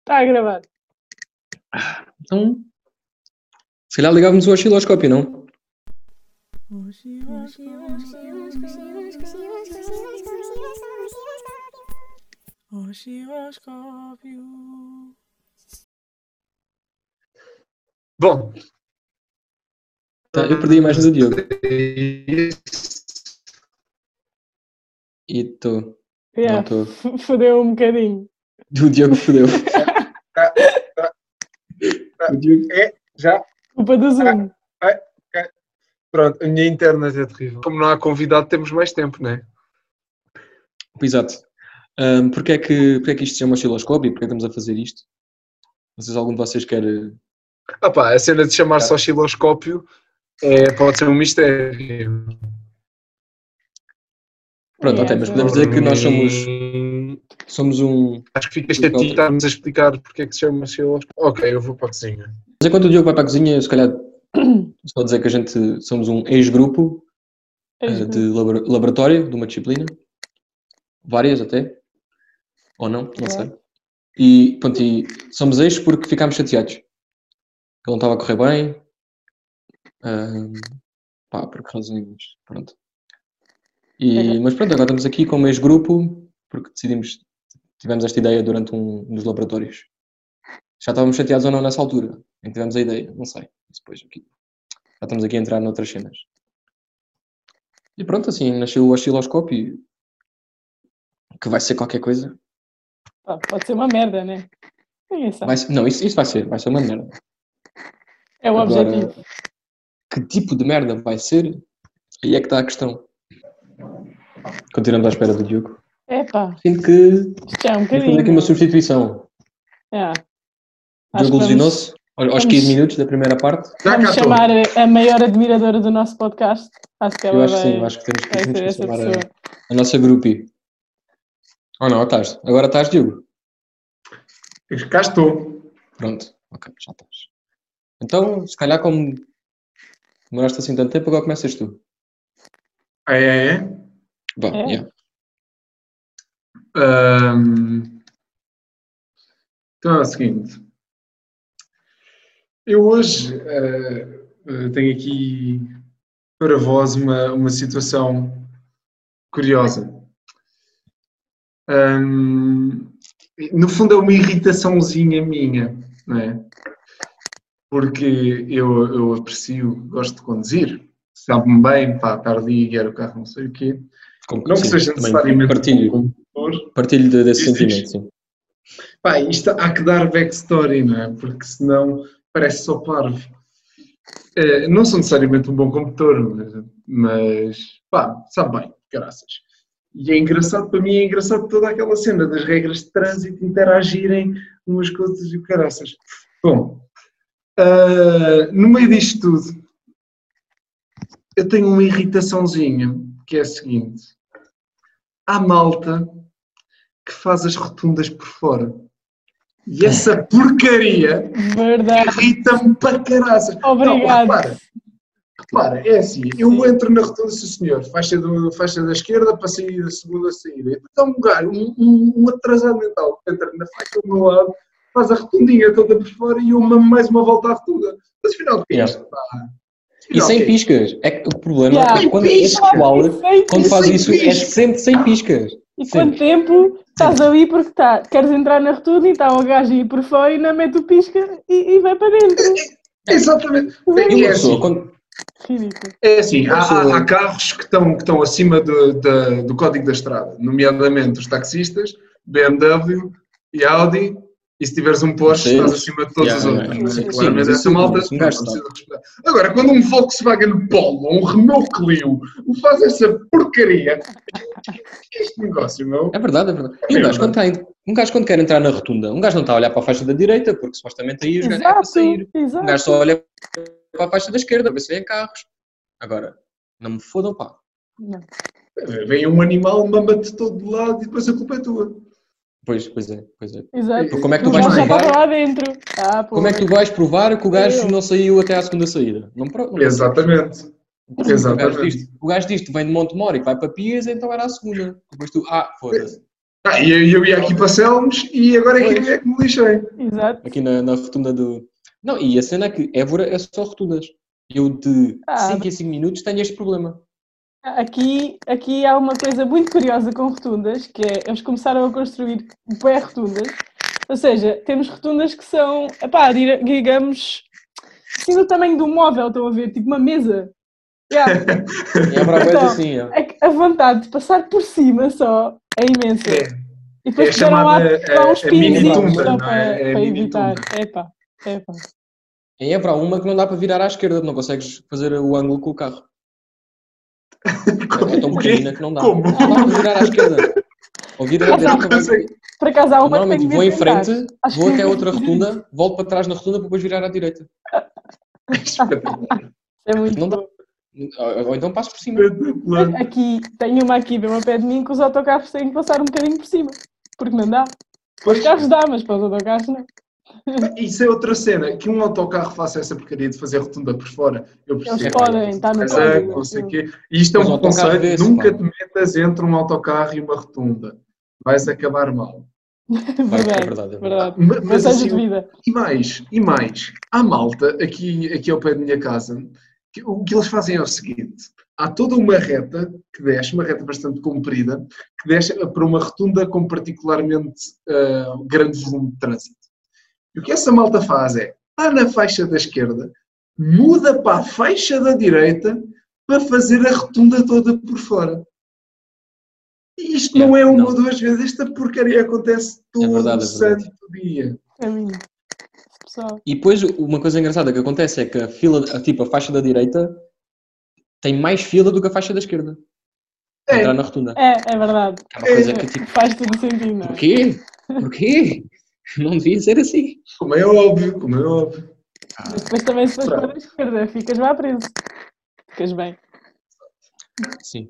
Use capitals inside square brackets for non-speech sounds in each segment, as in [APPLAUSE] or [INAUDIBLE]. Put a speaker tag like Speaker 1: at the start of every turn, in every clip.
Speaker 1: Está Tá gravado.
Speaker 2: Então, se calhar ligávamos o osciloscópio, não?
Speaker 3: Osciloscópio.
Speaker 2: Bom. Tá, eu perdi a imagem do Diogo. E estou. Não
Speaker 1: Yeah, [LAUGHS]
Speaker 2: estou.
Speaker 1: f- Fodeu um bocadinho.
Speaker 2: [LAUGHS] O
Speaker 1: [LAUGHS]
Speaker 2: Diogo fodeu. O Diogo-
Speaker 3: Já?
Speaker 1: Culpa do Zoom.
Speaker 2: Ah,
Speaker 3: Pronto, a minha internet é terrível. Como não há convidado, temos mais tempo, não é?
Speaker 2: Exato. Ahm, porque, é que, porque é que isto se chama osciloscópio? Porque é que estamos a fazer isto? Não sei se algum de vocês quer. eh,
Speaker 3: Ah pá, a cena de chamar-se osciloscópio é, pode ser um mistério.
Speaker 2: Pronto,
Speaker 1: Yeah,
Speaker 2: ok, mas
Speaker 1: sim.
Speaker 2: podemos dizer que nós somos,
Speaker 3: Hum,
Speaker 2: somos um.
Speaker 3: Acho que fica chatinho estarmos a explicar porque é que se chama osciloscópio. Ok, eu vou para a cozinha.
Speaker 2: Mas enquanto o Diogo vai para a cozinha, se calhar [CLEARS THROAT] só dizer que a gente somos um ex-grupo
Speaker 1: É,
Speaker 2: eh, de labora- laboratório, de uma disciplina, várias até, ou não, não
Speaker 1: Claro.
Speaker 2: sei. E, pronto, e somos ex porque ficámos chateados. Ele não estava a correr bem, ahm, pá, por que razões, pronto. E, mas pronto, agora estamos aqui como ex-grupo, porque decidimos, tivemos esta ideia durante um dos laboratórios. Já estávamos chateados ou não nessa altura, em que tivemos a ideia, não sei, isso depois aqui. Já estamos aqui a entrar noutras cenas. E pronto, assim, nasceu o osciloscópio, que vai ser qualquer coisa.
Speaker 1: Pá, Pode ser uma merda, né? Ninguém sabe.
Speaker 2: Tá. Vai ser- não, isso, isso vai ser, vai ser uma merda.
Speaker 1: é o
Speaker 2: Agora,
Speaker 1: objetivo.
Speaker 2: que tipo de merda vai ser? Aí é que está a questão. Continuamos à espera do Diogo.
Speaker 1: É pá,
Speaker 2: Sinto que
Speaker 1: isto já é um
Speaker 2: vou fazer aqui uma
Speaker 1: bocadinho.
Speaker 2: substituição.
Speaker 1: Yeah.
Speaker 2: O
Speaker 1: Acho que
Speaker 2: Diogo
Speaker 1: vamos-
Speaker 2: lesionou-se aos, aos
Speaker 1: vamos-
Speaker 2: 15 minutos da primeira parte.
Speaker 3: Já cá
Speaker 1: Vamos
Speaker 3: estou.
Speaker 1: chamar a maior admiradora do nosso podcast. Acho que
Speaker 2: Eu
Speaker 1: ela
Speaker 2: acho que
Speaker 1: vai,
Speaker 2: sim, eu acho que temos que,
Speaker 1: vai
Speaker 2: temos
Speaker 1: ser
Speaker 2: que
Speaker 1: essa
Speaker 2: chamar
Speaker 1: pessoa.
Speaker 2: a, a nossa grupi. Oh não, estás. Agora estás, Diogo.
Speaker 3: Cá estou.
Speaker 2: Pronto, ok, já estás. Então, se calhar como demoraste assim tanto tempo, agora começas tu.
Speaker 3: Ah, é, é.
Speaker 2: Vá,
Speaker 1: É?
Speaker 2: yeah.
Speaker 3: Ahm, Então é o seguinte. Eu hoje eh, eh, tenho aqui para vós uma, uma situação curiosa. Ahm, no fundo é uma irritaçãozinha minha, não é? Porque eu, eu aprecio, gosto de conduzir, sabe-me bem, pá, estar ali, guiar o carro, não sei o quê.
Speaker 2: Como-
Speaker 3: Não que
Speaker 2: sim,
Speaker 3: seja
Speaker 2: também
Speaker 3: necessariamente
Speaker 2: partilho.
Speaker 3: um condutor.
Speaker 2: Partilho de- desse
Speaker 3: Diz, diz.
Speaker 2: sentimento, sim.
Speaker 3: Pá, isto há que dar backstory, não é? Porque senão parece só parvo. Eh, não sou necessariamente um bom computador, mas, mas pá, sabe bem, graças. E é engraçado, para mim é engraçado toda aquela cena das regras de trânsito interagirem umas coisas e o caraças. Bom, ah, no meio disto tudo, eu tenho uma irritaçãozinha, que é a seguinte. Há malta que faz as rotundas por fora. E essa porcaria
Speaker 1: Verdade.
Speaker 3: irrita-me para caraças.
Speaker 1: Obrigado.
Speaker 3: Não, repara, repara, é assim, eu entro na rotunda, sim senhor, faixa, do, faixa da esquerda para sair da segunda saída. Então um gajo, um, um, um atrasado mental, entra na faixa do meu lado, faz a rotundinha toda por fora e eu mamo mais uma volta à rotunda. Mas afinal, o que é
Speaker 2: Yeah.
Speaker 3: isto? pá?
Speaker 2: E
Speaker 3: Afinal,
Speaker 2: sem
Speaker 3: o que é isto?
Speaker 2: piscas. É que o problema
Speaker 1: Yeah.
Speaker 2: é que quando
Speaker 3: Sem
Speaker 2: esse pessoal,
Speaker 1: Perfeito.
Speaker 2: quando
Speaker 3: Sem
Speaker 2: faz isso, é
Speaker 3: piscas.
Speaker 2: sempre sem piscas.
Speaker 1: E
Speaker 2: Sim.
Speaker 1: quanto tempo estás ali porque tá, queres entrar na rotunda e está o gajo aí por fora e não mete o pisca e, e vai para dentro.
Speaker 3: Exatamente. É,
Speaker 2: E uma
Speaker 3: é assim.
Speaker 2: pessoa, quando-
Speaker 1: Ridículo.
Speaker 3: É assim, há, há- há
Speaker 2: Pessoa-
Speaker 3: carros que estão, que estão acima do, da- do código da estrada, nomeadamente os taxistas, BMW e Audi, e se tiveres um Porsche
Speaker 2: Sim.
Speaker 3: estás acima de todos
Speaker 2: Yeah,
Speaker 3: os
Speaker 2: yeah,
Speaker 3: outros.
Speaker 2: yeah.
Speaker 3: não é?
Speaker 2: Sim,
Speaker 3: Claramente
Speaker 2: sim,
Speaker 3: essa
Speaker 2: sim,
Speaker 3: malta
Speaker 2: sim, sim,
Speaker 3: não
Speaker 2: sim,
Speaker 3: precisa de respeitar. Agora, quando um Volkswagen Polo ou um Renault Clio faz essa porcaria, que é este negócio, meu?
Speaker 2: É verdade, é verdade. E um gajo, quando está em- um gajo quando quer entrar na rotunda, um gajo não está a olhar para a faixa da direita, porque supostamente aí os gajos é para sair.
Speaker 1: Exato, exato.
Speaker 2: Um gajo só olha para a faixa da esquerda, para ver se vêm carros. Agora, não me fodam, pá.
Speaker 1: Não.
Speaker 3: Vem um animal, mama-te todo de lado e depois a culpa é tua.
Speaker 2: Pois, pois é, pois é.
Speaker 1: Exato.
Speaker 2: Porque como é que tu
Speaker 1: O
Speaker 2: vais
Speaker 1: gajo já estava
Speaker 2: provar?
Speaker 1: lá dentro. Ah, pô.
Speaker 2: Como é que tu vais provar que o gajo
Speaker 1: Eu.
Speaker 2: não saiu até à segunda saída? Não, pro- não
Speaker 3: Exatamente.
Speaker 2: O gajo
Speaker 3: Exatamente.
Speaker 2: diz-te, o gajo diz-te, vem de Montemor e vai para Pias, então era a segunda. Depois tu, ah, foda-se.
Speaker 3: Ah, e eu, eu ia aqui para Selmes e agora é que, é que me lixei.
Speaker 1: Exato.
Speaker 2: Aqui na, na rotunda do. Não, e a cena é que Évora é só rotundas. Eu de
Speaker 1: Ah,
Speaker 2: 5 em 5 minutos tenho este problema.
Speaker 1: Aqui, aqui há uma coisa muito curiosa com rotundas, que é, eles começaram a construir bué rotundas, ou seja, temos rotundas que são, epá, dira- digamos, assim do tamanho de um móvel, estão a ver, tipo uma mesa.
Speaker 3: [LAUGHS]
Speaker 1: Yeah,
Speaker 2: E há brabo
Speaker 1: Então,
Speaker 2: assim, é.
Speaker 1: é que a vontade de passar por cima só é imensa.
Speaker 3: É,
Speaker 1: e depois
Speaker 3: é
Speaker 1: tiveram lá,
Speaker 3: chamada,
Speaker 1: lá uns
Speaker 3: é, é mini
Speaker 1: pinzinhos
Speaker 3: tumba,
Speaker 1: só
Speaker 3: não
Speaker 1: para,
Speaker 3: é? É
Speaker 1: para
Speaker 3: mini
Speaker 1: evitar.
Speaker 3: tumba.
Speaker 1: Epá, epá.
Speaker 2: Em Évora há uma que não dá para virar à esquerda, não consegues fazer o ângulo com o carro. É tão
Speaker 3: O quê?
Speaker 2: pequenina que não dá.
Speaker 3: Como?
Speaker 2: Não dá para virar à esquerda. Ou virar à
Speaker 3: Não
Speaker 2: direita. vai-
Speaker 3: consegue.
Speaker 1: Por acaso há Então, é uma que
Speaker 2: Normalmente
Speaker 1: tem
Speaker 2: vou em frente,
Speaker 1: Acho
Speaker 2: vou
Speaker 1: que-
Speaker 2: até outra rotunda, volto para trás na rotunda para depois virar à direita.
Speaker 3: Espetacular.
Speaker 1: É muito
Speaker 2: Não dá.
Speaker 1: bom.
Speaker 2: Ou ou então passo por cima.
Speaker 3: Espetacular.
Speaker 1: Aqui, tenho uma aqui, mesmo ao pé de mim, que os autocarros têm que passar um bocadinho por cima. Porque não dá. Para os
Speaker 3: Pois,
Speaker 1: carros dá, mas para os autocarros não.
Speaker 3: isso é outra cena, que um autocarro faça essa porcaria de fazer rotunda por fora. Eu
Speaker 1: Eles
Speaker 2: é
Speaker 3: percebo.
Speaker 1: podem, está no
Speaker 3: Casa,
Speaker 2: um
Speaker 1: código. [LAUGHS]
Speaker 3: não sei o quê. E isto é
Speaker 2: Mas um
Speaker 3: um
Speaker 2: autocarro
Speaker 3: conselho:
Speaker 2: desse,
Speaker 3: nunca
Speaker 2: pá.
Speaker 3: te metas entre um autocarro e uma rotunda. Vais acabar mal.
Speaker 2: Vai, é
Speaker 1: Verdade,
Speaker 2: verdade, é
Speaker 1: verdade.
Speaker 3: Ma- Mas,
Speaker 1: Vantagens de
Speaker 3: assim,
Speaker 1: vida.
Speaker 3: e mais, e mais, há malta aqui, aqui ao pé da minha casa, que o que eles fazem é o seguinte: há toda uma reta que desce, uma reta bastante comprida, que desce para uma rotunda com particularmente ah, grande volume de trânsito. E o que essa malta faz é, está na faixa da esquerda, muda para a faixa da direita para fazer a rotunda toda por fora. E isto não é
Speaker 2: Yeah,
Speaker 3: uma
Speaker 2: não.
Speaker 3: ou duas vezes, esta porcaria acontece todo
Speaker 2: verdade,
Speaker 3: o
Speaker 2: é verdade.
Speaker 3: santo dia.
Speaker 1: É lindo. Esse Pessoal.
Speaker 2: E depois uma coisa engraçada que acontece é que a fila, a, tipo, a faixa da direita tem mais fila do que a faixa da esquerda.
Speaker 3: É.
Speaker 2: Entrar na rotunda.
Speaker 1: É, é verdade.
Speaker 2: É uma coisa que tipo,
Speaker 1: É, [LAUGHS] Faz todo sentido, não é?
Speaker 2: porquê? Porquê? [LAUGHS] Não devia ser assim.
Speaker 3: Como é óbvio, como é óbvio.
Speaker 1: Mas depois também se fores
Speaker 3: Pronto.
Speaker 1: para a esquerda, ficas lá preso. Ficas bem.
Speaker 2: Sim.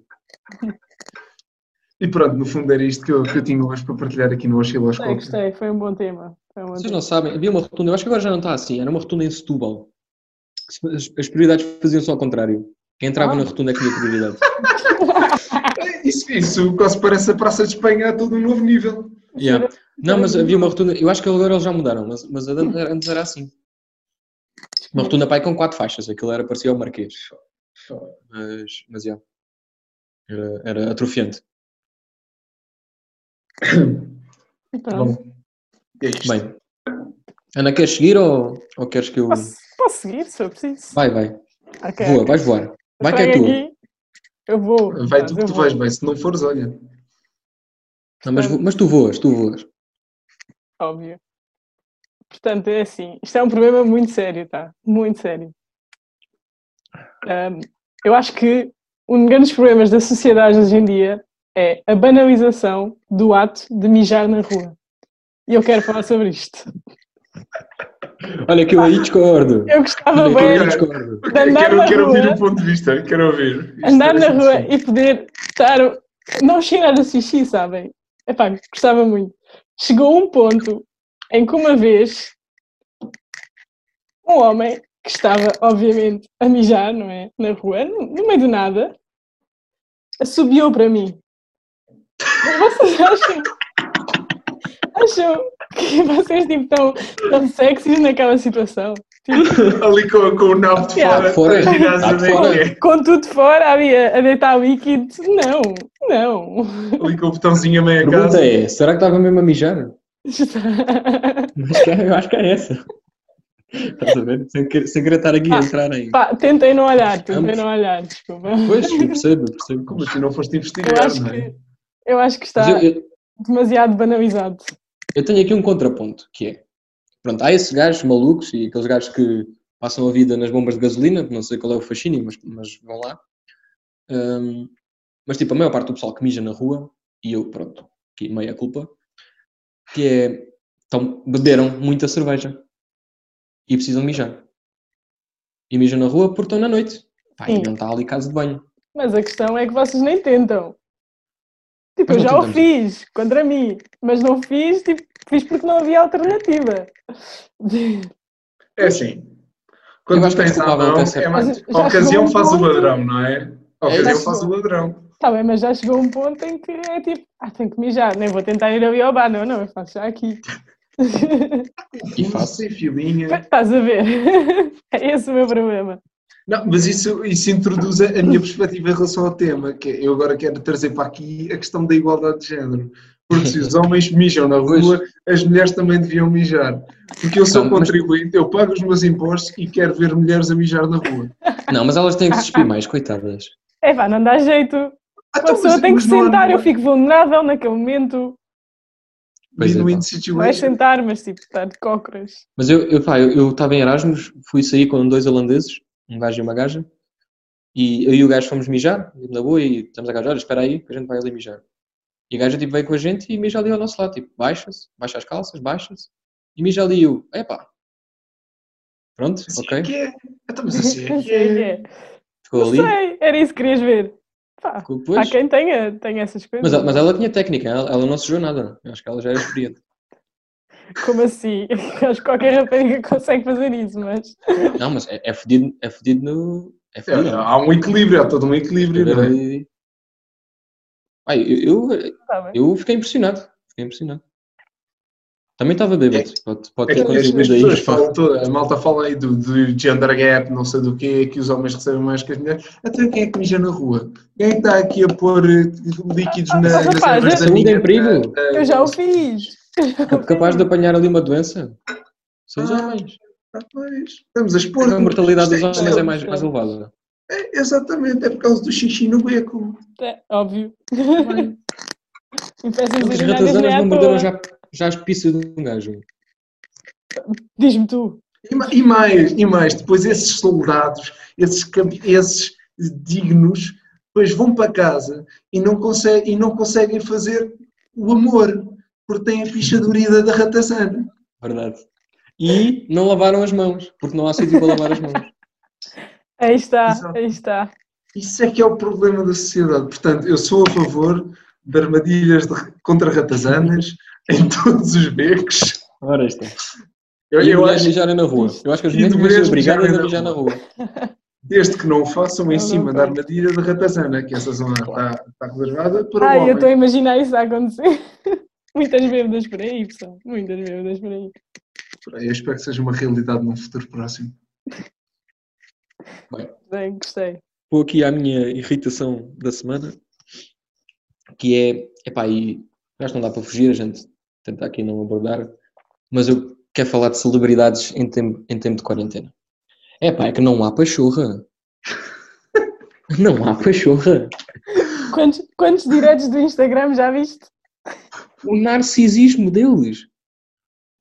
Speaker 3: E pronto, no fundo era isto que eu, que eu tinha hoje para partilhar aqui no
Speaker 1: Gostei,
Speaker 3: Osciloscópio.
Speaker 1: gostei. Foi um bom tema. Foi um bom
Speaker 2: Vocês
Speaker 1: tema.
Speaker 2: não sabem, havia uma rotunda, eu acho que agora já não está assim, era uma rotunda em Setúbal. As, as prioridades faziam-se ao contrário. Quem entrava
Speaker 1: Ah.
Speaker 2: na rotunda é que tinha prioridade.
Speaker 3: É, Isso, isso quase parece a Praça de Espanha a todo um novo nível.
Speaker 2: [LAUGHS] Yeah. Não, mas havia uma rotunda, eu acho que agora eles já mudaram, mas, mas a de- antes era assim. Uma rotunda pai com quatro faixas, aquilo era parecia ao Marquês. Mas, mas yeah. era, era atrofiante.
Speaker 1: E Pronto.
Speaker 3: Bom, é isto.
Speaker 2: Bem, Ana, queres seguir ou, ou queres que eu.
Speaker 1: Posso, posso seguir, se eu preciso?
Speaker 2: Vai, vai,
Speaker 1: Ok.
Speaker 2: voa, vais voar. Vai que é
Speaker 1: Trago
Speaker 2: tua.
Speaker 1: aqui. Eu vou. mas
Speaker 3: vai tu
Speaker 1: Ah, eu
Speaker 3: que tu
Speaker 1: vou.
Speaker 3: vais bem, se não fores, olha.
Speaker 2: Não, mas, vo- mas tu voas, tu voas.
Speaker 1: Óbvio. Portanto, é assim, isto é um problema muito sério, tá? Muito sério. Ahm, eu acho que um dos grandes problemas da sociedade hoje em dia é a banalização do ato de mijar na rua. E eu quero falar sobre isto.
Speaker 2: Olha que eu aí discordo.
Speaker 1: [LAUGHS] Eu gostava
Speaker 2: Olha que eu
Speaker 1: bem
Speaker 2: aí
Speaker 3: era-
Speaker 2: discordo.
Speaker 1: de andar
Speaker 3: quero
Speaker 1: na
Speaker 3: quero ouvir
Speaker 1: rua.
Speaker 3: o ponto de vista, quero ouvir. Isto
Speaker 1: andar na
Speaker 3: parece
Speaker 1: rua
Speaker 3: interessante.
Speaker 1: e poder estar, não cheirar a xixi, sabem? Epá, gostava muito. Chegou um ponto em que uma vez um homem que estava, obviamente, a mijar, não é? Na rua, no, no meio do nada, assobiou para mim. Vocês [LAUGHS] acham, acham que vocês tipo, estão tão sexys naquela situação?
Speaker 3: Ali com, com o nabo de
Speaker 1: Yeah.
Speaker 3: fora,
Speaker 2: Fora,
Speaker 3: a girar
Speaker 2: tá de
Speaker 3: bem
Speaker 2: fora.
Speaker 3: que
Speaker 1: Com tudo fora, havia a deitar líquido. Não, não.
Speaker 3: é. Ali com o botãozinho a
Speaker 2: A
Speaker 3: meia
Speaker 2: pergunta
Speaker 3: casa.
Speaker 2: é: será que estava mesmo a mijar? [LAUGHS] Acho que é- Eu acho que é essa. Estás a ver? Sem querer, sem querer estar aqui a entrar em.
Speaker 1: Ah. [LAUGHS] Pá, tentei não olhar, tentei
Speaker 2: Ambos.
Speaker 1: não olhar, desculpa.
Speaker 2: Pois, eu percebo, eu percebo.
Speaker 3: Como assim não foste investigar,
Speaker 1: Eu acho
Speaker 3: não é?
Speaker 1: que, eu acho que está
Speaker 2: Mas eu, eu-
Speaker 1: demasiado banalizado.
Speaker 2: eu tenho aqui um contraponto, que é. Pronto, há esses gajos malucos e aqueles gajos que passam a vida nas bombas de gasolina, que não sei qual é o fascínio, mas, mas vão lá. Hum, mas tipo, a maior parte do pessoal que mija na rua, e eu, pronto, aqui meia culpa, que é. Então, beberam muita cerveja e precisam mijar. E mijam na rua porque estão na noite. Pá, e
Speaker 1: Sim.
Speaker 2: não está ali casa de banho.
Speaker 1: Mas a questão é que vocês nem tentam. Tipo, eu
Speaker 2: Mas não
Speaker 1: já o
Speaker 2: tentamos.
Speaker 1: fiz contra mim, mas não fiz, tipo, fiz porque não havia alternativa. [LAUGHS]
Speaker 3: É assim. Quando
Speaker 2: Eu acho que
Speaker 3: tens
Speaker 2: é
Speaker 3: à
Speaker 2: desculpável
Speaker 3: mão,
Speaker 2: ter essa
Speaker 3: é mais-
Speaker 1: parte. Mas
Speaker 3: a
Speaker 1: já
Speaker 3: ocasião
Speaker 1: chegou um
Speaker 3: faz o
Speaker 1: ponto-
Speaker 3: ladrão, não é? A
Speaker 2: É
Speaker 3: ocasião
Speaker 1: isso. Tá
Speaker 3: faz o ladrão.
Speaker 1: Está bem, mas já chegou um ponto em que é tipo, Ah, tenho que mijar, nem vou tentar ir ali ao bar, não, não, eu faço já aqui. [LAUGHS]
Speaker 2: E faço.
Speaker 3: Sem filinha.
Speaker 1: Estás a ver? [LAUGHS] É esse o meu problema.
Speaker 3: Não, mas isso, isso introduz a a minha perspectiva em relação ao tema, que é, eu agora quero trazer para aqui a questão da igualdade de género. Porque se os homens mijam na rua, as mulheres também deviam mijar. Porque eu sou
Speaker 2: Não, mas-
Speaker 3: contribuinte, eu pago os meus impostos e quero ver mulheres a mijar na rua.
Speaker 2: Não, mas elas têm que se despir mais, coitadas.
Speaker 1: É vá, não dá jeito.
Speaker 3: Ah,
Speaker 1: Uma
Speaker 3: então,
Speaker 1: pessoa
Speaker 3: mas-
Speaker 1: tem que
Speaker 3: mas não há
Speaker 1: sentar, eu
Speaker 3: nada.
Speaker 1: fico vulnerável naquele momento.
Speaker 2: Pois é,
Speaker 3: Win-win
Speaker 2: pá.
Speaker 1: Vais
Speaker 3: situation.
Speaker 1: sentar, mas tipo, estar de cócoras.
Speaker 2: Mas eu eu pá, eu eu estava em Erasmus, fui sair com dois holandeses, um gajo e uma gaja, e eu e o gajo fomos mijar, tipo, na boa, e estamos a gajo, olha, espera aí, que a gente vai ali mijar. E a gaja tipo, veio com a gente e mija ali ao nosso lado, tipo, baixa-se, baixa as calças, baixa-se, e mija ali eu, epá. Pronto,
Speaker 3: Assim é
Speaker 2: ok,
Speaker 3: que é. Então, mas
Speaker 1: [LAUGHS]
Speaker 3: assim
Speaker 1: Não
Speaker 3: é que é.
Speaker 1: sei,
Speaker 2: ficou ali,
Speaker 1: sei, era isso que querias ver. Pá,
Speaker 2: ficou
Speaker 1: há
Speaker 2: depois.
Speaker 1: quem tenha, tenha essas coisas.
Speaker 2: Mas, ela- mas ela tinha técnica, ela, ela não sujou nada, eu acho que ela já era experiente.
Speaker 1: Como assim? [LAUGHS] Acho que qualquer rapariga consegue fazer isso, mas.
Speaker 2: Não, mas é, é fodido, é fodido no... É
Speaker 3: É,
Speaker 2: fodido.
Speaker 3: Há um equilíbrio, há todo um equilíbrio, não é?
Speaker 2: E- Ai, eu, eu-
Speaker 1: Tá bem.
Speaker 2: Eu fiquei impressionado. Fiquei impressionado. Também estava bêbado. Pode, pode
Speaker 3: É que
Speaker 2: ter
Speaker 3: as, as
Speaker 2: contribuído
Speaker 3: pessoas
Speaker 2: aí.
Speaker 3: falam toda, a malta fala aí do, do gender gap, não sei do quê, que os homens recebem mais que as mulheres. Até quem é que mija na rua? Quem é que está aqui a pôr eh, líquidos
Speaker 1: Ah,
Speaker 3: na, nas
Speaker 1: rapaz,
Speaker 3: ervas
Speaker 1: eu-
Speaker 3: da
Speaker 2: Saúde em
Speaker 3: minha-
Speaker 2: perigo.
Speaker 3: da- da-
Speaker 1: Eu já o fiz. Eu já o
Speaker 2: É Capaz
Speaker 1: fiz.
Speaker 2: de apanhar ali uma doença. São os
Speaker 3: Ah,
Speaker 2: homens. Então
Speaker 3: Ah, pois, Estamos a expor.
Speaker 2: A mortalidade dos
Speaker 3: Isto é- isto
Speaker 2: homens é mais, mais elevada.
Speaker 3: é- Exatamente, é por causa do xixi no beco.
Speaker 1: É,
Speaker 2: [LAUGHS]
Speaker 1: óbvio. Infecções
Speaker 2: Quantas
Speaker 1: urinárias
Speaker 2: ratazanas
Speaker 1: nem
Speaker 2: não
Speaker 1: é à
Speaker 2: morderam
Speaker 1: toa.
Speaker 2: já, já as pistas de um gajo?
Speaker 1: Diz-me tu.
Speaker 3: E, ma- e mais, e mais, depois esses soldados, esses, campe- esses dignos, depois vão para casa e não, consegue, e não conseguem fazer o amor, porque têm a ficha dorida da ratazana.
Speaker 2: Verdade. E não lavaram as mãos, porque não há sítio para lavar as mãos.
Speaker 1: Aí está,
Speaker 3: Exato.
Speaker 1: aí está.
Speaker 3: Isso é que é o problema da sociedade. Portanto, eu sou a favor de armadilhas de- contra ratazanas [LAUGHS] em todos os becos.
Speaker 2: Ora está.
Speaker 3: Eu,
Speaker 2: E as
Speaker 3: eu
Speaker 2: mulheres
Speaker 3: acho,
Speaker 2: mijarem na rua. Eu acho que as mulheres
Speaker 3: E
Speaker 2: deviam ser
Speaker 3: mulheres
Speaker 2: obrigadas a
Speaker 3: mijarem
Speaker 2: mijar na
Speaker 3: na
Speaker 2: rua.
Speaker 3: desde que não o façam em
Speaker 1: Não, não
Speaker 3: cima da
Speaker 1: pode.
Speaker 3: armadilha de ratazana, que essa zona está, está reservada para o
Speaker 1: Ai, eu
Speaker 3: homem.
Speaker 1: estou a imaginar isso a acontecer. [LAUGHS] Muitas bêbadas por aí, pessoal. Muitas bêbadas por aí.
Speaker 3: Eu espero que seja uma realidade num futuro próximo.
Speaker 1: Bem, gostei.
Speaker 2: vou aqui à minha irritação da semana, que é, epá, e acho que não dá para fugir, a gente tenta aqui não abordar, mas eu quero falar de celebridades em tempo, em tempo de quarentena. Epá, é que não há pachorra. Não há pachorra.
Speaker 1: Quantos, quantos diretos do Instagram já viste?
Speaker 2: O narcisismo deles.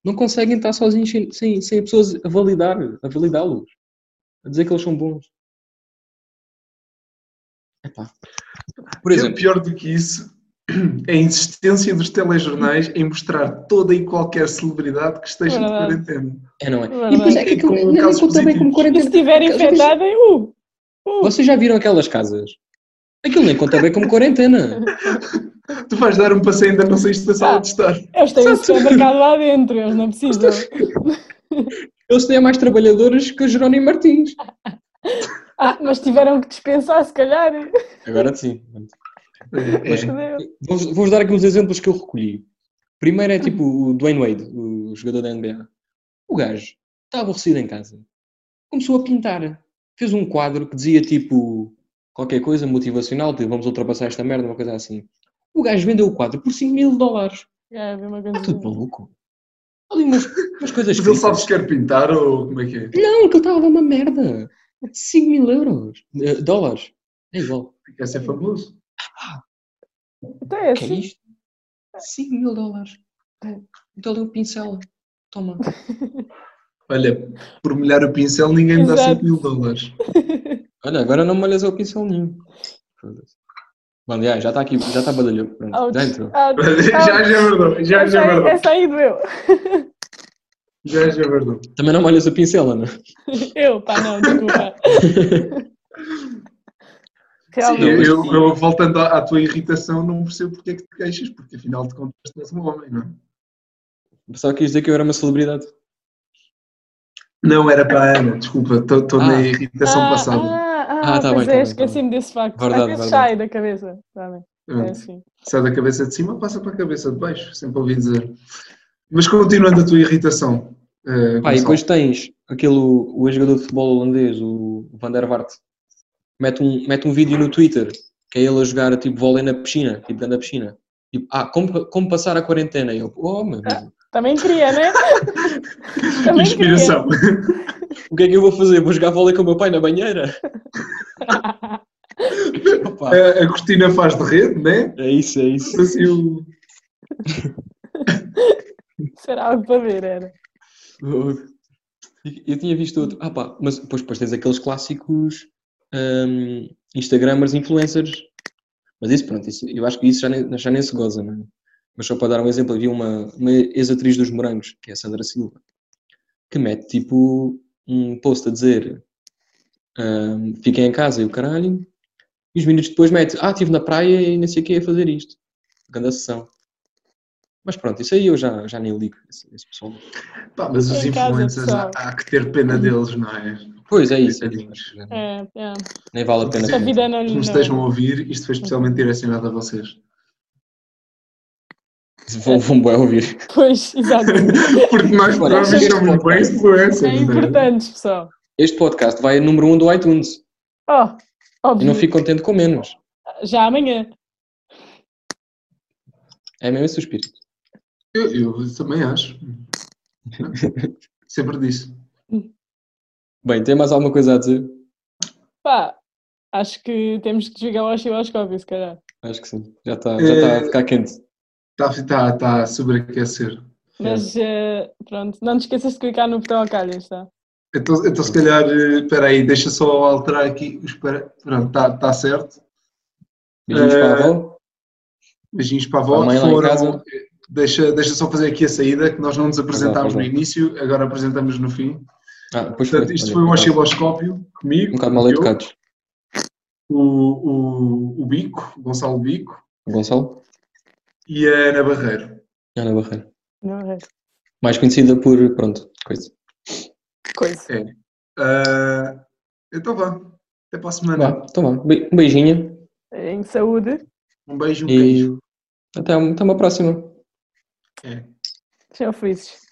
Speaker 2: Não conseguem estar sozinhos sem, sem, sem pessoas a validar, a validá-los. A dizer que eles são bons. Epá. Por
Speaker 3: É
Speaker 2: exemplo,
Speaker 3: pior do que isso, [CLEARS THROAT] a insistência dos telejornais em mostrar toda e qualquer celebridade que esteja de
Speaker 1: Verdade.
Speaker 3: quarentena.
Speaker 2: É, não é?
Speaker 1: Verdade.
Speaker 2: E depois é que aquilo,
Speaker 3: Com
Speaker 2: não, nem
Speaker 3: casos
Speaker 2: conta bem como
Speaker 3: positivos.
Speaker 1: E se
Speaker 2: 40.
Speaker 1: estiver
Speaker 2: Aqueles-
Speaker 1: infectada, uh!
Speaker 2: Vocês já viram aquelas casas? Aquilo nem conta bem como quarentena. Ah.
Speaker 3: Tu vais dar um passeio ainda não saíste da sala de estar.
Speaker 1: Eles têm o supermercado lá dentro, eles não precisam.
Speaker 2: Eles têm mais trabalhadores que o Jerónimo Martins.
Speaker 1: Ah, mas tiveram que dispensar, se calhar.
Speaker 2: É. Agora sim.
Speaker 3: É, é.
Speaker 1: Meu Deus.
Speaker 2: Vou-vos vou-vos dar aqui uns exemplos que eu recolhi. Primeiro é tipo o Dwayne Wade, o jogador da NBA. O gajo está aborrecido em casa. Começou a pintar. Fez um quadro que dizia tipo qualquer coisa motivacional, tipo vamos ultrapassar esta merda, uma coisa assim. O gajo vendeu o quadro por 5 mil dólares.
Speaker 1: É, vi uma
Speaker 2: Está
Speaker 1: coisa.
Speaker 2: Ah, Tá tudo maluco. Ali umas, umas coisas
Speaker 3: Mas ele
Speaker 2: escritas.
Speaker 3: sabe se quer pintar ou como é que é?
Speaker 2: Não, que ele estava uma merda. 5 mil euros. Eh, dólares. É igual.
Speaker 3: Quer ser famoso?
Speaker 1: Então é
Speaker 2: O que é
Speaker 1: assim.
Speaker 2: isto? 5 mil dólares. Então ali um pincel. Toma.
Speaker 3: Olha, por molhar o pincel ninguém me dá
Speaker 1: Exato.
Speaker 3: 5 mil dólares. [LAUGHS]
Speaker 2: Olha, agora não molhas o pincel nenhum. Foda-se. Bom, já já está aqui, já tá está badalhou. Pronto,
Speaker 1: Ouch.
Speaker 2: [LAUGHS] já entrou.
Speaker 1: Ah,
Speaker 3: Já já é verdade, já
Speaker 1: essa,
Speaker 3: já é
Speaker 1: aí,
Speaker 3: verdade.
Speaker 1: essa aí doeu.
Speaker 3: Já já é verdade.
Speaker 2: Também não molhas o pincel, Ana.
Speaker 1: Eu, pá, não,
Speaker 2: [LAUGHS]
Speaker 1: desculpa.
Speaker 3: Sim,
Speaker 1: Realmente.
Speaker 2: Não, mas
Speaker 3: eu,
Speaker 2: sim.
Speaker 3: eu, voltando à, à tua irritação, não percebo porque é que te queixas, porque afinal de contas tu és um homem, não é?
Speaker 2: Só quis dizer que eu era uma celebridade.
Speaker 3: Não, era para a Ana, desculpa, estou
Speaker 2: Ah.
Speaker 3: na irritação passada.
Speaker 1: Ah, ah, ah,
Speaker 2: Ah, tá
Speaker 1: pois
Speaker 2: bem, tá
Speaker 1: é,
Speaker 2: bem, tá
Speaker 1: esqueci-me desse facto.
Speaker 2: Verdade, Hum.
Speaker 1: Às vezes
Speaker 2: verdade.
Speaker 1: sai da cabeça. Tá bem. É assim.
Speaker 3: Sai da cabeça de cima, passa para a cabeça de baixo, sempre ouvi dizer. Mas continuando a tua irritação. eh,
Speaker 2: Pá, e
Speaker 3: Gonçalo.
Speaker 2: depois tens aquele, o ex-jogador de futebol holandês, o Van der Vaart, mete um, mete um vídeo no Twitter, que é ele a jogar tipo vôlei na piscina, tipo dentro da piscina. Tipo, ah, como, como passar a quarentena? E eu, oh, meu Deus,
Speaker 1: Também queria,
Speaker 2: [LAUGHS]
Speaker 1: né? Também
Speaker 3: Inspiração. [LAUGHS]
Speaker 2: o que é que eu vou fazer? Vou jogar vôlei com o meu pai na banheira? [LAUGHS]
Speaker 1: queria.
Speaker 2: Opa,
Speaker 3: A, a Cristina faz de rede, né?
Speaker 2: é isso, é isso.
Speaker 3: Assim, o-
Speaker 1: [LAUGHS] Será algo para ver, era.
Speaker 2: Eu tinha visto outro. Ah pá, mas depois, depois tens aqueles clássicos hum, Instagramers, influencers. Mas isso, pronto, isso- eu acho que isso já nem, já nem se goza, não é? Mas só para dar um exemplo, havia uma, uma ex-atriz dos Morangos, que é a Sandra Silva, que mete tipo um post a dizer hum, fiquem em casa e o caralho, e os minutos depois mete ah, estive na praia e nem sei o que a fazer isto. Grande sessão. Mas pronto, isso aí eu já, já nem ligo, esse, esse pessoal.
Speaker 3: Pá, mas os
Speaker 1: Em casa,
Speaker 3: influencers há,
Speaker 1: pessoal.
Speaker 3: há que ter pena deles, não é?
Speaker 2: Pois é isso. é
Speaker 3: Coitadinhos.
Speaker 2: isso.
Speaker 1: É, é.
Speaker 2: Nem vale a pena.
Speaker 1: A vida não é.
Speaker 3: Que
Speaker 1: lhe.
Speaker 3: nos estejam a ouvir, isto foi especialmente direcionado a vocês. [LAUGHS]
Speaker 2: Vão, vão bem ouvir.
Speaker 1: Pois, exato.
Speaker 3: Porque nós
Speaker 2: Agora,
Speaker 3: próprios
Speaker 2: este
Speaker 3: somos bem
Speaker 2: podcast
Speaker 1: É
Speaker 3: influencers. não é?
Speaker 1: importantes, pessoal.
Speaker 2: Este podcast vai a número 1 um do iTunes.
Speaker 1: Oh,
Speaker 2: E
Speaker 1: óbvio.
Speaker 2: não fico contente com menos.
Speaker 1: Já amanhã.
Speaker 2: É mesmo esse o espírito.
Speaker 3: Eu, eu também acho. Sempre disse.
Speaker 2: Bem, tem mais alguma coisa a dizer?
Speaker 1: Pá, acho que temos que desligar o osciloscópio, se calhar.
Speaker 2: Acho que sim. Já está já tá
Speaker 3: Eh,
Speaker 2: a ficar quente.
Speaker 3: Está tá, tá a sobreaquecer.
Speaker 1: Mas eh, pronto, não te esqueças de clicar no botão ao calhas, tá?
Speaker 3: Então, então se calhar, eh, espera aí, deixa só alterar aqui. Espera, pronto, está tá certo.
Speaker 2: Beijinhos
Speaker 3: Eh,
Speaker 2: para a avó.
Speaker 3: Beijinhos para a avó.
Speaker 2: Para a mãe lá em
Speaker 3: Foram-
Speaker 2: casa.
Speaker 3: Deixa, deixa só fazer aqui a saída, que nós não nos
Speaker 2: Pois
Speaker 3: apresentámos
Speaker 2: é,
Speaker 3: no
Speaker 2: pois é.
Speaker 3: início, agora apresentamos no fim.
Speaker 2: Ah, depois foi.
Speaker 3: Portanto, isto
Speaker 2: Olha,
Speaker 3: foi um
Speaker 2: um bocado-
Speaker 3: osciloscópio comigo,
Speaker 2: Um bocado mal
Speaker 3: eu,
Speaker 2: educados.
Speaker 3: o, o, o Bico, Gonçalo Bico
Speaker 2: Gonçalo?
Speaker 3: e a Ana Barreiro.
Speaker 2: Ana Barreiro.
Speaker 1: Não é?
Speaker 2: Mais conhecida por. Pronto, coisa.
Speaker 1: Coisa.
Speaker 3: Ah, então vá, até para a semana.
Speaker 2: Vá, então vá. Be- Um beijinho.
Speaker 1: Em saúde.
Speaker 3: Um beijo e um
Speaker 2: E
Speaker 3: queijo.
Speaker 2: até, até uma próxima.
Speaker 3: É.
Speaker 1: Sejam felizes.